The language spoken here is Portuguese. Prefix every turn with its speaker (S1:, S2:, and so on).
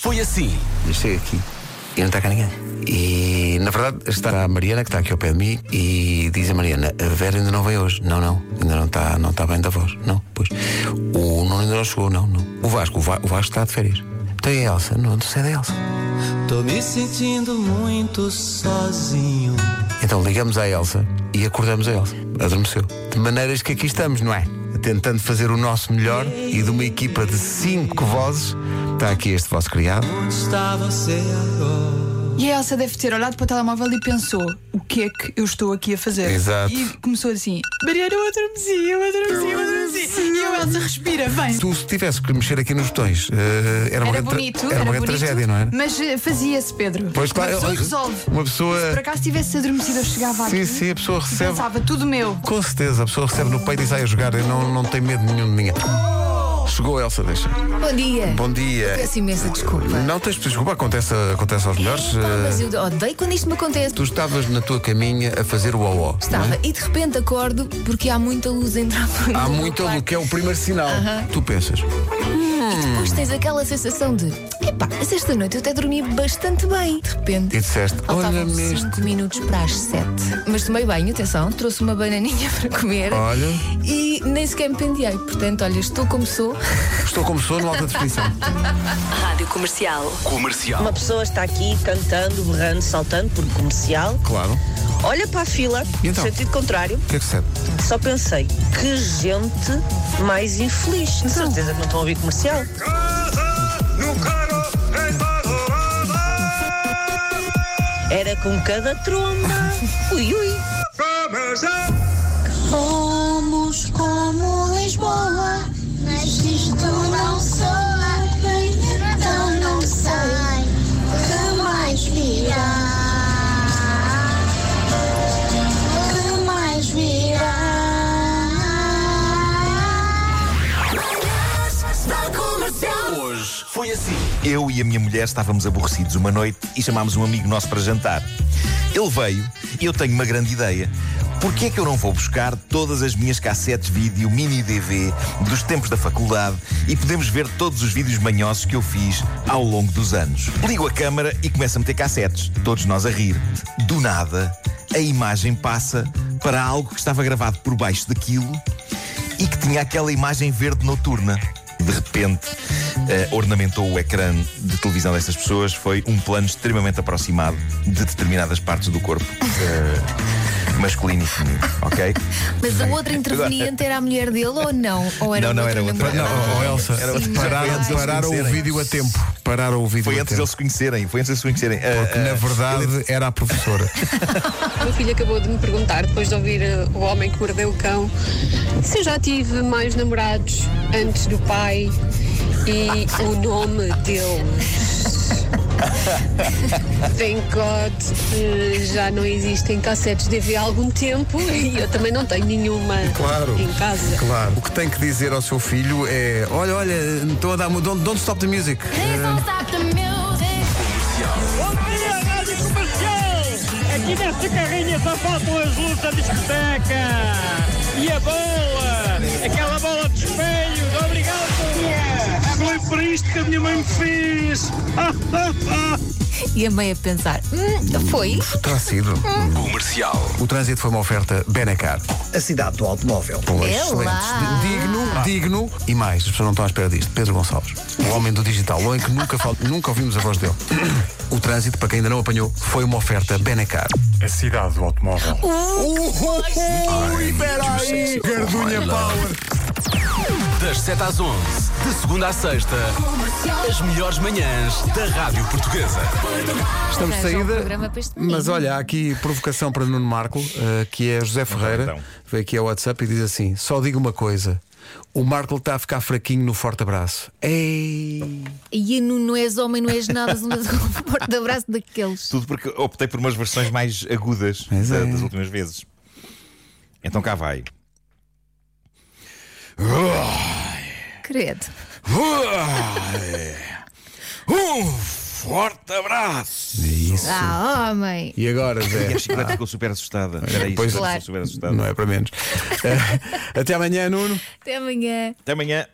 S1: Foi assim.
S2: Eu chego aqui e não está cá ninguém. E na verdade está a Mariana que está aqui ao pé de mim e diz a Mariana, a Vera ainda não veio hoje. Não, não, ainda não está, não está bem da voz. Não, pois. O Nuno ainda não chegou, não, não. O Vasco, o, Va- o Vasco está de férias. Então e a Elsa? Não, não sei da Elsa.
S3: Tô me sentindo muito sozinho.
S2: Então ligamos à Elsa e acordamos a Elsa. Adormeceu. De maneiras que aqui estamos, não é? Tentando fazer o nosso melhor e de uma equipa de cinco vozes está aqui este vosso criado.
S3: Onde está você agora?
S4: E a Elsa deve ter olhado para o telemóvel e pensou: o que é que eu estou aqui a fazer?
S2: Exato.
S4: E começou assim: Mariana, eu adormeci, eu adormeci, eu adormeci. E a Elsa respira, vem.
S2: Tu, se tivesse que mexer aqui nos botões, eh, era uma,
S4: Era
S2: grande, tra-
S4: bonito,
S2: era uma grande
S4: bonito,
S2: tragédia, não era?
S4: Mas eh, fazia-se, Pedro.
S2: Pois claro,
S4: Uma pessoa
S2: olha,
S4: resolve.
S2: uma pessoa-
S4: Se por acaso tivesse adormecido, eu chegava
S2: Sim,
S4: aqui.
S2: sim, a pessoa
S4: e
S2: recebe.
S4: Pensava, tudo meu.
S2: Com certeza, a pessoa recebe no peito e sai a jogar. Eu Não, não tem medo nenhum de ninguém. Chegou a Elsa, deixa.
S5: Bom dia.
S2: Bom dia.
S5: Peço imensa desculpa.
S2: Não tens de desculpa, acontece, acontece aos melhores.
S5: Pá,
S2: Eh,
S5: mas eu odeio quando isto me acontece.
S2: Tu estavas na tua caminha a fazer o é? OO.
S5: Estava e de repente acordo porque há muita luz a entrar por
S2: Há
S5: no meu
S2: muito
S5: quarto.
S2: que é o primeiro sinal. Tu pensas,
S5: E depois tens aquela sensação de epá, sexta noite eu até dormi bastante bem. De repente.
S2: e disseste, olha
S4: um
S5: Faltavam
S2: me
S5: 5 minutos para as 7. Mas tomei banho, atenção, trouxe uma bananinha para comer
S2: Olha.
S5: e nem sequer me penteei. Portanto, olha, estou como sou.
S2: Estou como sou no alta definição.
S6: Rádio Comercial.
S7: Uma
S1: Comercial.
S7: pessoa está aqui cantando, berrando, saltando por um comercial.
S2: Claro. O
S7: Olha para a fila,
S2: E então?
S7: no sentido contrário,
S2: que é que sucede?
S7: só pensei, que gente mais infeliz. De certeza que não estão a ouvir comercial. Era com cada tromba. Ui, ui.
S8: Somos como Lisboa, mas isto não sai, então não sai, que mais virá? Que mais virá?
S1: Hoje foi assim.
S9: Eu e a minha mulher estávamos aborrecidos uma noite e chamámos um amigo nosso para jantar. Ele veio e eu tenho uma grande ideia. Porquê é que eu não vou buscar todas as minhas cassetes vídeo mini DV dos tempos da faculdade e podemos ver todos os vídeos manhosos que eu fiz ao longo dos anos? Ligo a câmara e começo a meter cassetes, todos nós a rir. Do nada, a imagem passa para algo que estava gravado por baixo daquilo e que tinha aquela imagem verde noturna. De repente, eh, ornamentou o ecrã de televisão destas pessoas. Foi um plano extremamente aproximado de determinadas partes do corpo eh, masculino e feminino, ok?
S5: Mas a outra interveniente era a mulher dele ou não? Ou era
S9: Não, não, era outra.
S5: namorado?
S2: Não, oh, Elsa,
S9: Era outra-
S2: parar,
S9: foi antes deles
S2: parar o
S9: conhecerem.
S2: vídeo a tempo. Parar o vídeo
S9: Foi
S2: a
S9: antes
S2: tempo.
S9: deles se conhecerem. Foi antes deles se conhecerem. Eh,
S2: Porque na
S9: eh,
S2: verdade era a professora.
S10: Meu filho acabou de me perguntar, depois de ouvir eh, O Homem que Mordeu o Cão, se eu já tive mais namorados antes do pai e o nome deles. Thank God, eh, já não existem cassetes de há algum tempo e eu também não tenho nenhuma
S2: Claro.
S10: em casa.
S2: Claro. O que tem que dizer ao seu filho é: olha, olha, estou a dar. Don't, don't stop the music.
S10: É,
S8: Please don't stop the music.
S11: Bom dia, Rádio Comercial! Aqui nesta carrinha só faltam as luzes da discoteca! E a bola! Aquela bola de espelhos! Obrigado, Maria! Foi por isto que a minha mãe me fez!
S5: E a mãe a pensar, hum, foi?
S2: Eh, Terá sido. um
S10: Hum.
S1: Comercial.
S2: O trânsito foi uma oferta Benacar.
S12: A cidade do automóvel.
S2: Pois,
S5: É lá.
S2: Digno,
S9: Ah.
S2: digno e mais. As pessoas não estão à espera disto. Pedro Gonçalves, o homem do digital, o homem que nunca, fal... nunca ouvimos a voz dele. O trânsito, para quem ainda não apanhou, foi uma oferta Benacar.
S11: A cidade do automóvel.
S2: Ui, peraí! Gardunha Power!
S1: Das 7 às 11, de segunda à sexta, as melhores manhãs da Rádio Portuguesa.
S2: Estamos de
S5: Arranjou um
S2: saída.
S5: programa para este domingo.
S2: Mas olha, há aqui provocação para Nuno Marco, eh, que é José Ferreira.
S9: então.
S2: Veio aqui ao WhatsApp e diz assim: só digo uma coisa. O Marco está a ficar fraquinho no forte abraço. Ei!
S5: E não, não és homem, não és nada, mas um forte abraço daqueles.
S9: Tudo porque optei por umas versões mais agudas
S2: Pois
S9: da-
S2: é.
S9: das últimas vezes. Então cá vai.
S5: Credo.
S9: Um forte abraço!
S5: Ah, homem.
S2: É E agora,
S9: E
S2: Zé?
S9: a Chiclete ficou super assustada. Era isso,
S2: É. Pois-
S9: ficou
S5: Claro.
S9: super assustada.
S2: Não é para menos. Eh, Até amanhã, Nuno.
S5: Até amanhã.
S9: Até amanhã.